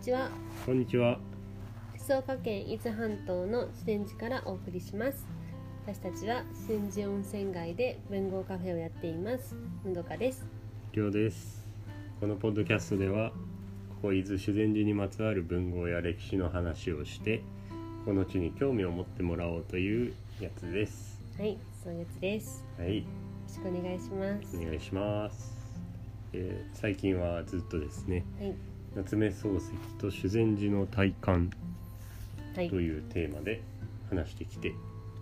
ちはこんにちは。静岡県伊豆半島の自然寺からお送りします私たちは自然寺温泉街で文豪カフェをやっていますのどかですりょうです。このポッドキャストでは、ここ伊豆修善寺にまつわる文豪や歴史の話をして、この地に興味を持ってもらおうというやつです。はい、そういうやつですはい、よろしくお願いしますお願いします。えー最近はずっとですね、はい、夏目漱石と修善寺の体感はとい、いうテーマで話してきて、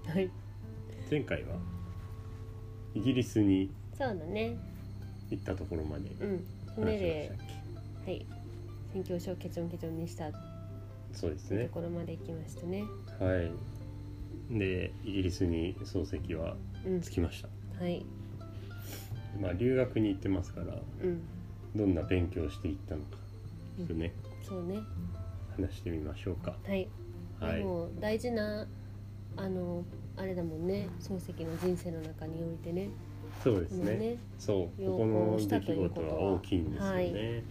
はい、前回はイギリスにそうだね行ったところまでうん、船話しましでたっけ、はい、宣教書をケチョンケチョンにしたとそうですいうねと。ころまで行きましたねはい。でイギリスに漱石はうん、着きました。はい、まあ留学に行ってますから、うん、どんな勉強をしていったのか、ちょっとねそうね話してみましょうか。はい、はいで。も大事なあのあれだもんね漱石の人生の中においてねそうですこのね。ねそう要ここ望のをした出と来いうこと事はは大きいんですよね。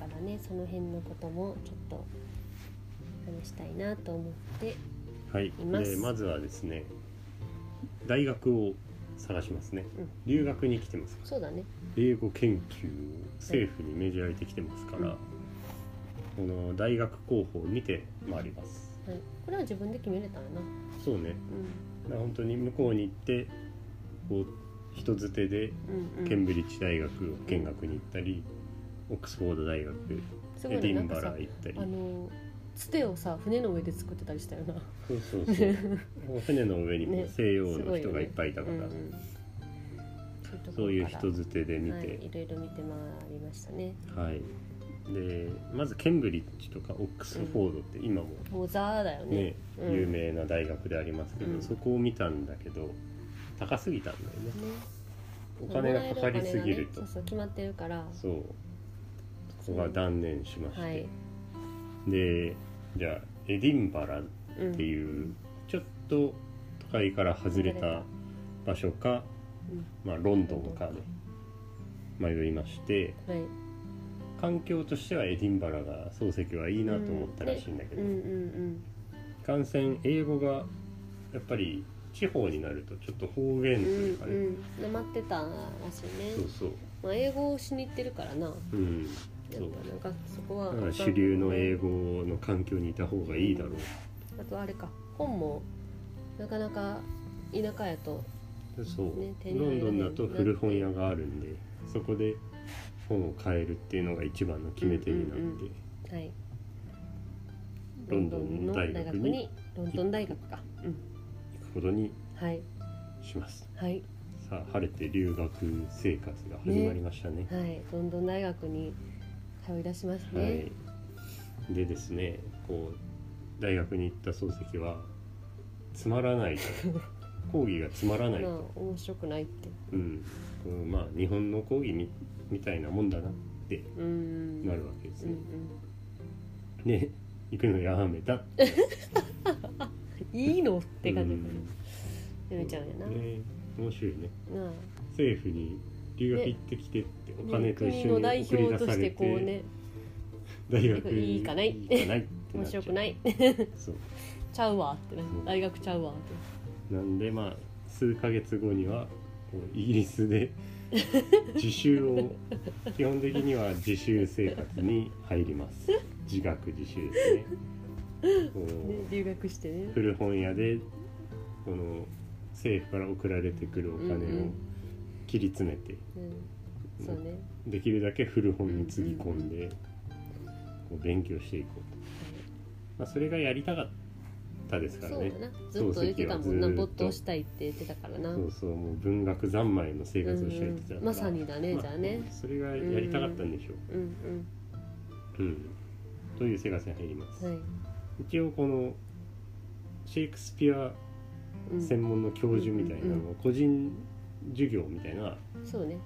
だからねその辺のこともちょっと話したいなと思ってはい。いますでまずはですね大学を探しますね。うん留学に来てますから。そうだね英語研究を政府に命じられてきてますから、うんこの大学候補を見て回ります。はい、これは自分で決めれたらなそうね。うだから本当に向こうに行ってこう人づてでんうんうんケンブリッジ大学を見学に行ったり、オックスフォード大学すごエいデねィなンんかバラさ行ったりあのつてをさ船の上で作ってたりしたよなそうそうそう もう船の上にもね西洋すのごい人よがねいっぱいいたうかんら、うんそういう人とこづてでろ見からはいて、いろいろ見て回りましたねはいでまずケンブリッジとかオックスフォードって今ももうザーだよねね、うん有名な大学でありますけど、うんそこを見たんだけど高すぎたんだよねねお金がかかりすぎお金がるとね、そうそう決まってるからそうそこが断念しまして、はいでじゃあエディンバラっうんていうちょっと都会から外れた場所か、まあ、ロンドンかで迷いましてうんはい環境としてはエディンバラが漱石はいいなと思ったらしいんだけうど、んうん感染英語がやっぱり地方になるとちょっと方言うんというかうね、んうんなまってたらしいねそうそうまあ英語をしに行ってるからなやっうんぱそうなんかそこはだから主流の英語の環境にいた方がいいだろうあとあれか本もなかなか田舎やとそう、ね手にロ入れンドないンだと古本屋があるんでそこで本を買えるっていうのが一番の決め手になって、うんうんはいロンドンの大学にロンドン大学かうん行くことにはいしますはいさあ晴れて留学生活が始まりましたねはいロンドン大学に通い出しますはねいでですねこう大学に行った漱石はつま らないと講義がつまらないまあと、面白くないってうん、こうまあ日本の講義みみたいなもんだなってうんなるわけですうんうね、んで行くのやめたいいのって感じうんかなやめちゃうんやな、ね面白いねなあ政府に留学行ってきてってお金と国一緒のに代送り表出とさしれててこうね大学いいかないいかないってな面っち白ゃうくないそう ちゃうわってなうん大学ちゃうわってなんでまあ数ヶ月後にはこうイギリ スで自習を基本的には自習生活に入ります自学自習ですねこねう留学してね古本屋でこの政府から送られてくるお金うんうをん切り詰めて、うんそうねできるだけ古本につぎ込んで、こう勉強していこうと、まあ、それがやりたかったですかそうらだねなずっと言ってたもんな漱石はずっと没頭したいって言ってたからなそうそうもう文学三昧の生活をしたいって言ってたから、まさにだねまじゃあねそれがやりたかったんでしょうんう、うんという生活に入ります、うんはい一応このシェイクスピアうん専門の教授みたいなうんのを個人授業みたいなのはそうね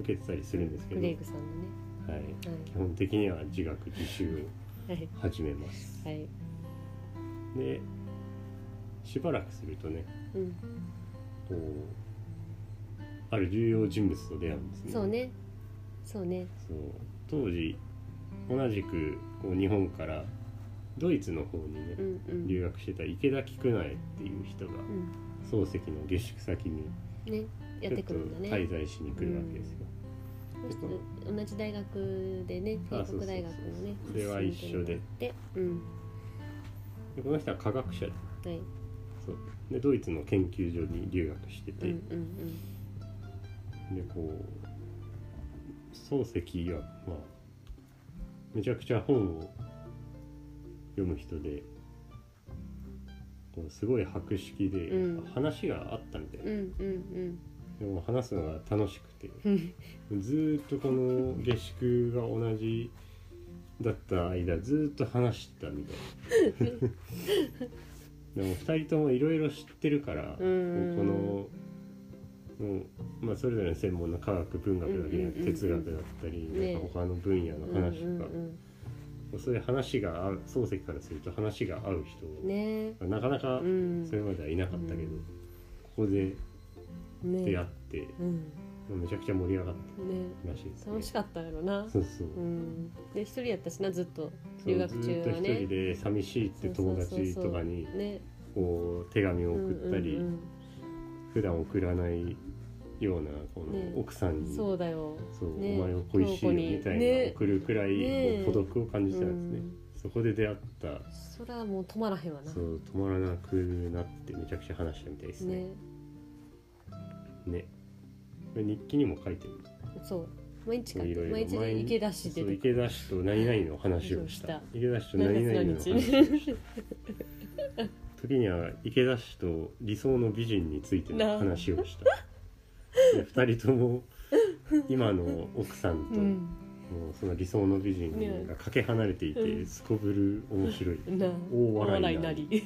受けてたりするんですけグど、レはイい、グさんのね基本的には自学自習はいを始めますはいはいでしばらくするとねうんこうある重要人物と出会うんですねそうねそうねそう当時同じくこう日本からドイツの方にねうんうん留学してた池田菊苗っていう人がうん漱石の下宿先にねやっちょてっくとるんだね滞在しに来るわけですよ。この人同じ大学でね帝あそうそうそう国大学のねこれは一緒ででうんでこの人は科学者ではいそうでドイツの研究所に留学してうて、んうんでこう漱石は、まあ、めちゃくちゃ本を読む人でこうすごい博識で、うんやっぱ話があったみたいうんうんうんでも話すのが楽しくてうんずーっとこの下宿が同じだった間ずーっと話してたみたい なでも2人ともいろいろ知ってるからうこんのもうまあ、それぞれの専門の科学文学だけじゃなうんうんうくんうんて哲学だったり、ねなんか他の分野のうん話とか、うんそういう話が合う漱石からすると話が合ううん人、ねなかなかうんそれまではいなかったけど、うんここで出会ねって、うんまあめちゃくちゃ盛り上がったねらしいですね。楽しかったやろなそうそううんで一人やったしなずっとそう留学ずっ中とは一人ねで寂しいって友達とかにねこう手紙を送ったり、うんうん普段送らないようなこねの奥さんうんに、そうだよそうねお前を恋しいよ京子にみたいねな送るくらい、ね孤独を感じたんですね、うんそこで出会ったそらもう止まらへんわなそう止まらなくなってめちゃくちゃ話したみたいですねねねこれ日記にも書いてるそう毎日書そういいてろいろ毎日前でに池出し出そうてくる池田氏と何々の話をしたそう池田氏と何何々月の何話日をした時には池田氏と理想の美人についての話 をしたで二人とも今の奥さんと、うんもうその理想の美人がかけ離れていて、うんすこぶる面白いな大お笑笑いいななりりっ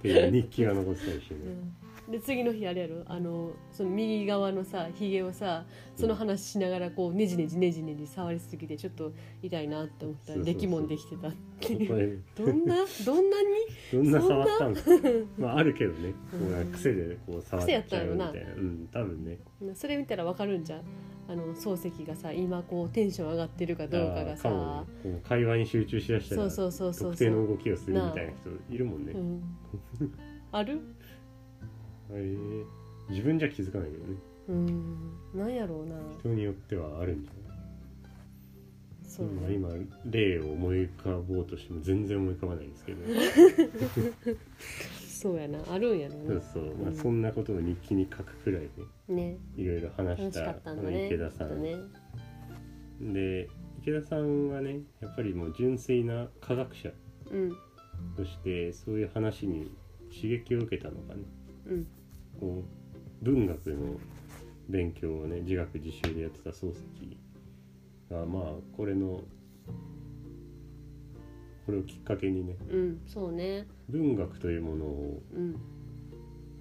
ていう日記が残ってたりしてね、で次の日あれやろあのその右側のさひげをさその話しながらこうねじねじねじねじ触りすぎてちょっと痛いなって思ったそうそうそらうできもんできてたっていこうれどんなどんなにどんな触ったんですかまああるけどねこうなんか癖でこう触っちゃうみたいな癖やったんうん多分ねそれ見たらわかるんじゃんあの漱石がさ今こうテンション上がってるかどうかがあーもさねこう会話に集中しだしたそうらそうそうそうそ特定のう、動きをするみたいな人いるもんねう、ん、あるへー自分じゃ気づかないけどねうんなんやろうな人によってはあるんじゃないそうまあ今例を思い浮かぼうとしても全然思い浮かばないんですけどそうやなあるんやろそううそう、まあ、そんなことを日記に書くくらいでなねいろいろ話楽ししたかったんだあのね池田さきっとん、ねで池田さんはねやっぱりもう純粋な科学者うんそしてそういう話に刺激を受けたのがねうんこう文学の勉強をね自学自習でやってた漱石がまあこれのこれをきっかけにねうんそうね文学というものをうん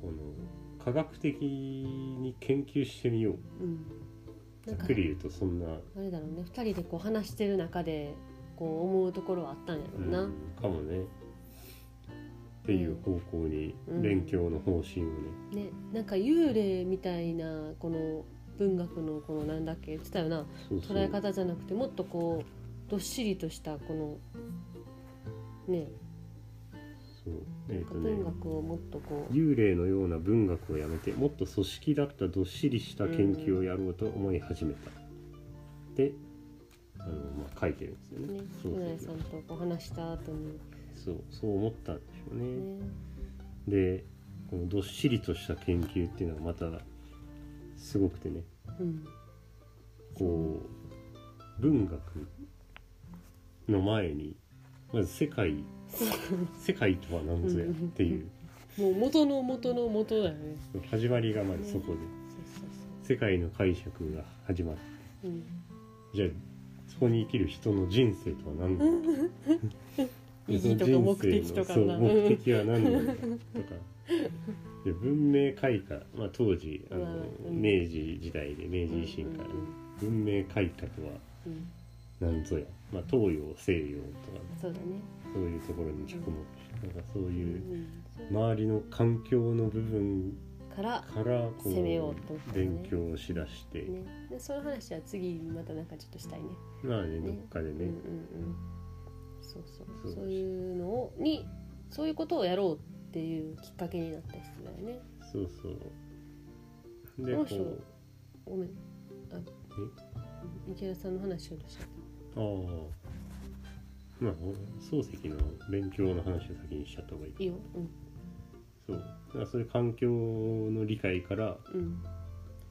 この科学的に研究してみよううんなざっんかくり言うとそんな、あれだろうね二人でこう話してる中でこう思うところはあったんやろううな、ん、かもねっていう方向にうん勉強の方針をね、ねなんか幽霊みたいなこの文学のこのなんだっけ言ってたよなそうそう捉え方じゃなくてもっとこうどっしりとしたこのねそうえっ、なんかとね文学をもっとこう幽霊のような文学をやめてもっと組織だったどっしりした研究をやろうと思い始めた、であの、まあ、書いてるんですよねねそ福うそう内さんとこう話した後にそうそう思ったんでしょうねねでこのどっしりとした研究っていうのはまたすごくてねうんこう文学の前にまず世 界世界とは何ぞやっていうもう元の元の元だよね始まりがまずそこでそうそう世界の解釈が始まってそううんじゃあそこに生きる人の人生とは何なのか 意義とか目的とかなそう目的は何なのか とかで文明開化、まあ、当時あの、うん明治時代で明治維新からね、文明開化とはうんうん何ぞや、まあ、東洋西洋とかそうだねそういうところに着目してなんかそうういうん周りの環境の部分からからこ攻めようと思っうてね勉強をしだして、ねでその話は次またなんかちょっとしたいねまあねねどっかでうんうんね、うんそうそうそそうういうのをにそういうことをやろうっていうきっかけになった人だよねそうそうでどこうしようごめんあ池田さんの話しようとしちゃっうああまあ漱石の勉強の話を先にしちゃった方がいいたいいようんそうだからそれ環境の理解からうん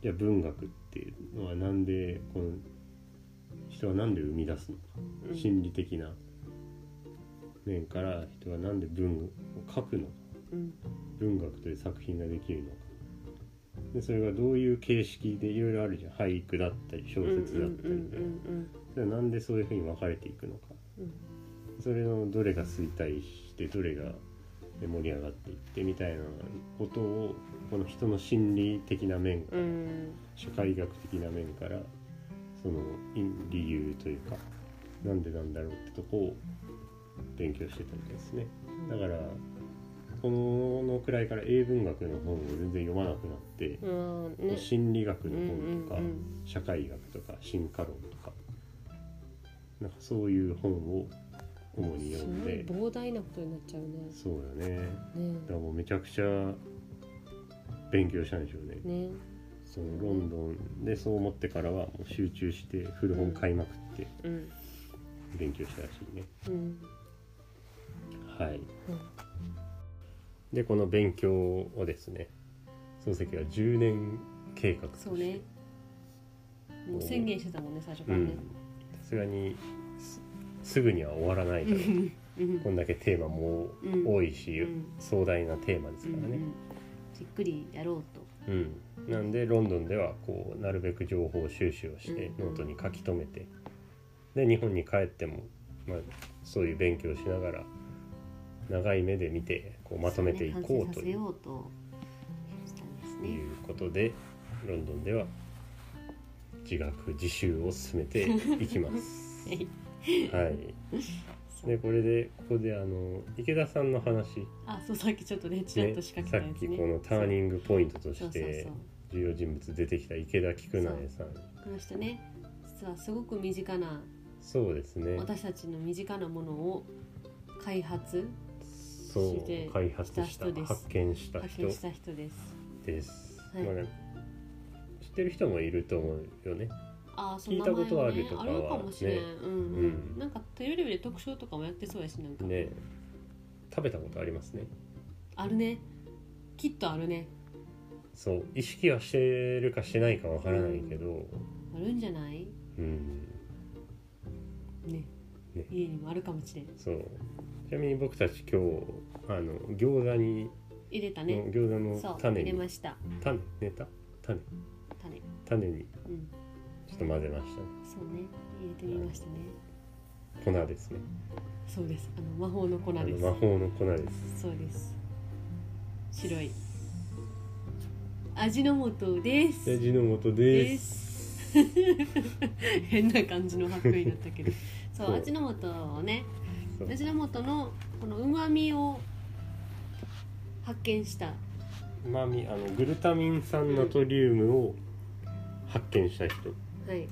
じゃあ文学っていうのはなんでこの人はなんで生み出すのかうん心理的な面から人はなんで文を書くのかうん文学という作品ができるのかでそれがどういう形式でいろいろあるじゃん俳句だったり小説だったりうんうんでなんでそういうふうに分かれていくのかうんうんそれのどれが衰退してどれが盛り上がっていってみたいなことをこの人の心理的な面うんうん社会学的な面からその因理由というかなんでなんだろうってとこを勉強してたみたいですねだからこのくらいから英文学の本を全然読まなくなって、うんね心理学の本とか、うんうんうん社会学とか進化論とかなんかそういう本を主にす読んごいで膨大なことになっちゃうねそうだねだからねもうめちゃくちゃ勉強したんでしょうねねそのロンドンでそう思ってからはもう集中して古本買いまくってうん勉強したらしいね、うんはいでこの勉強をですね漱石は10年計画としてそうねもう宣言してたもんね最初かうらねんさすがにすすぐには終わらないからうんこんだけテーマもうん多いし、うん壮大なテーマですからうんうね、んじっくりやろうとうんなんでロンドンではこうなるべく情報収集をしてうんノートに書き留めてで日本に帰っても、まあ、そういう勉強をしながら長い目で見てこうまとめていこうとそうね完成させいうようとしたんですねいうことでロンドンでは自学自習を進 めていきます。はいはいでこれでここであの池田さんの話、あそうさっきちょっとねちらっねと仕さっ掛けたやつきねこのターニングポイントそとしうそうそうてそう重要人物出てきた池田菊苗さんこの人ね実はすごく身近なそうですね私たちの身近なものを開発そしてう開発ししたた人です発見した発人見した人ですです、はいまあね知ってる人もいると思うよねあーそ聞いのた名こ前とあはるねとかあはるかもしれん、ねうんうんうんなんかテレビで特集とかもやってそうやしなんか、ね食べたことありますねあるねきっとあるねそう意識はしてるかしてないかわからないけどあるんじゃないうんねね家にもあるかもしれんそうちなみに僕たち今日あの餃子に入れたのね、餃子そのう種入れにました種ネタ種種種にうんちょっと混ぜましたねそうね入れてみましたね粉ですねそうですあの魔法の粉あでのす魔法の粉ですそうです白い味の素です味の素でですす 変な感じの白衣だったけどそうそう味の素をねそう味の素のこのうまみを発見したうまみあのグルタミン酸ナトリウムを発見した人はい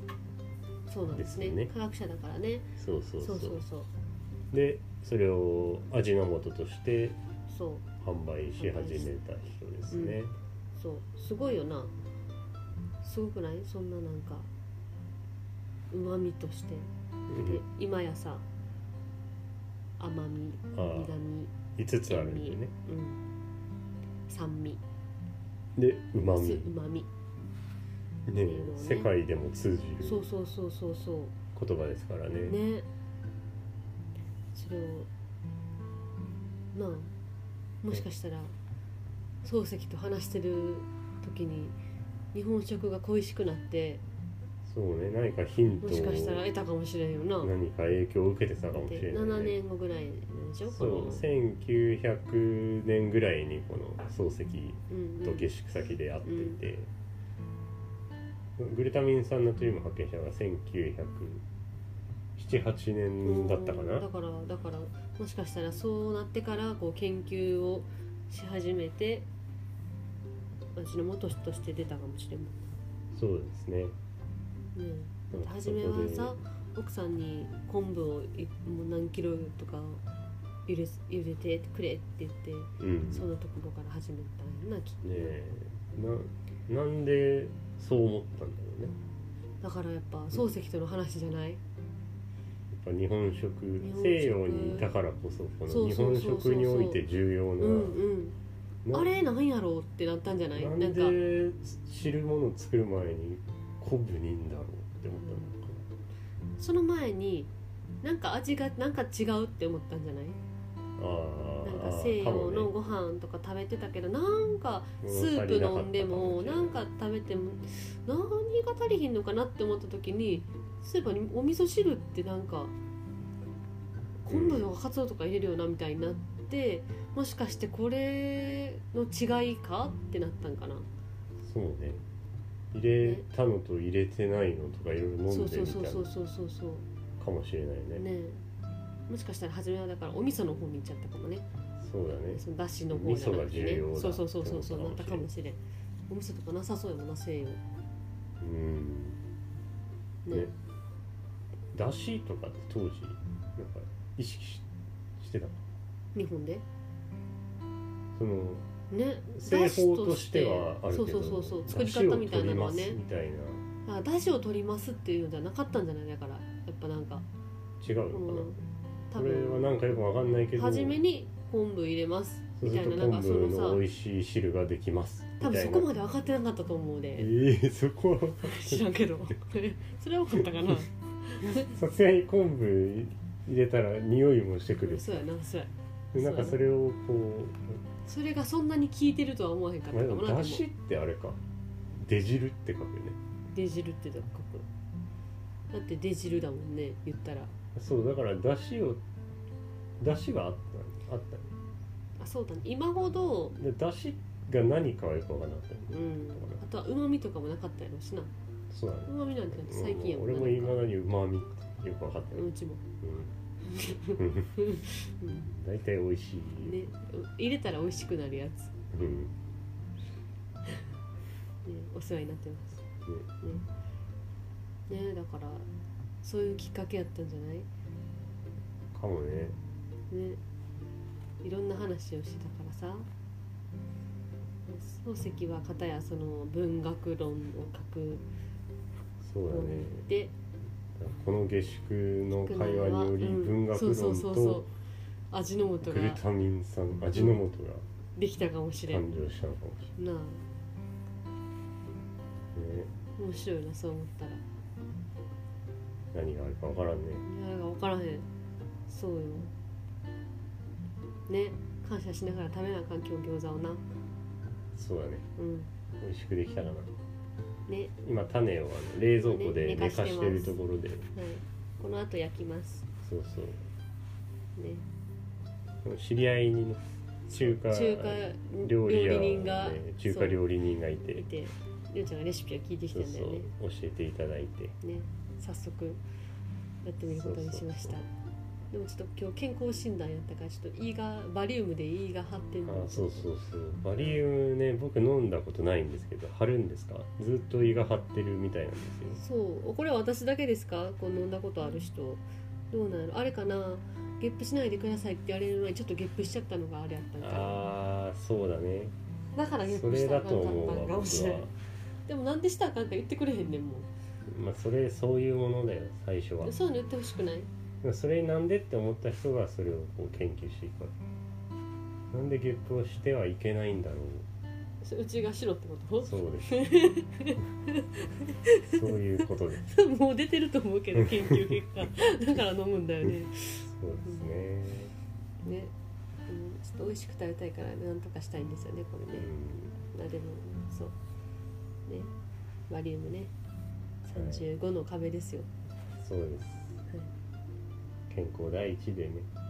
そうなんですねですよね科学者だからねそうそうそそううそうそうでそれを味の素としてそう販売し始めた人ですね、そうすごいよなすごくないそんななんかうまみとしてで今やさ甘みあー苦み5つあるんでねうん、酸味でうまみうまみね世界でも通じそるうそうそうそうそう言葉ですからねねそれをなあもしかしたら漱石と話してる時に日本食が恋しくなってそうね何かヒントもをしかしたら得たかもしれんよな何か影響を受けてたかもしでれない、ね、 7年後ぐらいでしょこそのう1900年ぐらいにこの漱石うんうんと下宿先で会っていて、グルタミン酸ナトリウム発見したのが1978年だったかなうんだからだからもしかしたらそうなってからこう研究をし始めて私の元として出たかもしれんもんそうですねねだうんって初めはさ奥さんに昆布をいもう何キロとか入れ入れてくれって言ってうんそのところから始めたんやなきっとねえななんでそう思ったんだろうねだからやっぱ漱石との話じゃないやっぱ日本食本食西洋にいたからこそこそのう日そうそう本そう食において重要うな,、んうんなあれなんやろうってなったんじゃないなんなんかで汁物作る前に昆布にいいんだろうって思ったのかその前になんか味がなんか違うって思ったんじゃないあーなんか西洋かのもねご飯とか食べてたけどなんかスープ飲んでもなんか食べても何が足りひんのかなって思った時にスーパーにお味噌汁ってなんか昆布とかカツオとか入れるよなみたいになってもしかしてこれの違いかってなったんかなそうね入れたのと入れてないのとかいろいろ飲そんうでそうみそうたいそうなそうそうそうかもしれないねねえもしかしたら初めはだからお味噌の方に行っちゃったかもねそうだねそのだしの方じゃなくて味噌が重ね要だそうそうそうそうそうなっってたかことかももしれんお味噌とかなさそうやもんな西洋うんねねだしとかって当時なんか意識ししてた日本でそのね製法としてはあるけそどうそうそうそう作り出汁方をみたいなのはね取りますみたいなだからだしを取りますっていうのじゃなかったんじゃないだからやっぱなんか違うのうかな、ん多これは分なんかよくわかんないけど初めに昆布入れますそみうすたいるなとなんか昆そ布ののさ美味しい汁ができます多み分たいそなこまで分かってなかったと思う でええそこは知らんけどそれは分かったかなさすがに昆布入れたら匂いもしてくるそうやなそうやでなんかそれをこそれがそんなに効いてるとは思わへんかうっまたあでかももなだでしもってあれか出汁って書くよね出汁ってだっかくだって出汁だもんね言ったらそうだからだしをだしがあったあったあそうだね今ほどでだしが何かはよくわからなかったようねんあとはうまみとかもなかったやろうしなそうだねうまみなんてなんて最近やもん俺なもいまだにうまみってよくわかってない、うちも、 うん、うん大体美味しい、ね、入れたら美味しくなるやつ、ね、うん、お世話になってますねねだからそういうきっかけやったんじゃないかもねねいろんな話をしてたからさ漱石は片やその文学論を書くそうだねでこの下宿の会話によりうん文学そう論そうそうそうと味の素グがルタミン酸味の素ができたかもしれん誕生したのかもしなあれないね面白いなそう思ったら何があるかわからんねいや分からへんそうよね感謝しながら食べなあかん今日餃子をなそうだねうん美味しくできたかなね今種をあの冷蔵庫ね寝でか寝してかますしてるところではいこの後焼きますそうそうね知り合いにね中華中華料理屋をね人が中華料理人がいそういててりょうちゃんがレシピを聞いてきそたうんだよねそう教えていただいてね早速やってみることにしましたそうでもちょっと今日健康診断やったからちょっと胃がバリウムで胃が張ってんあのーそうそうそうバリウムね僕飲んだことないんですけど張るんですかずっと胃が張ってるみたいなんですよそうこれは私だけですかこう飲んだことある人どうなのあれかなゲップしないでくださいって言われる前にちょっとゲップしちゃったのがあれやったんかああそうだねだからゲッそプれしたらだあかとんか思うったわん僕かはもしれないでもなんでしたらあかんか言ってくれへんねんもまあそれそういうものだよ最初はうそういうの言ってほしくないそれなんでって思った人がそれをこう研究していくわけなんでゲップをしてはいけないんだろそううちが白ってこうそうです そういうことですともう出てると思うけど研究結果だから飲むんだよねそうですねね、うん、ちょっと美味しく食べたいからなんとかしたいんですよねこれうねんまあでもそうねバリウムね35の壁ですよ、そうですはい健康第一でねそう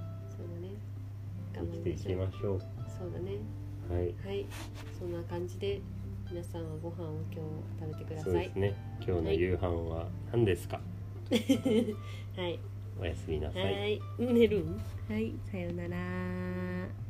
だね。生きていき頑張りましょうましょそうだね。うはいはい。そんな感じで皆さんはご飯を今日食べてくだそうさでいす。ね今日の夕飯は何ですか、 はい。おやすみなさいはい。寝るん。はい。さようなら。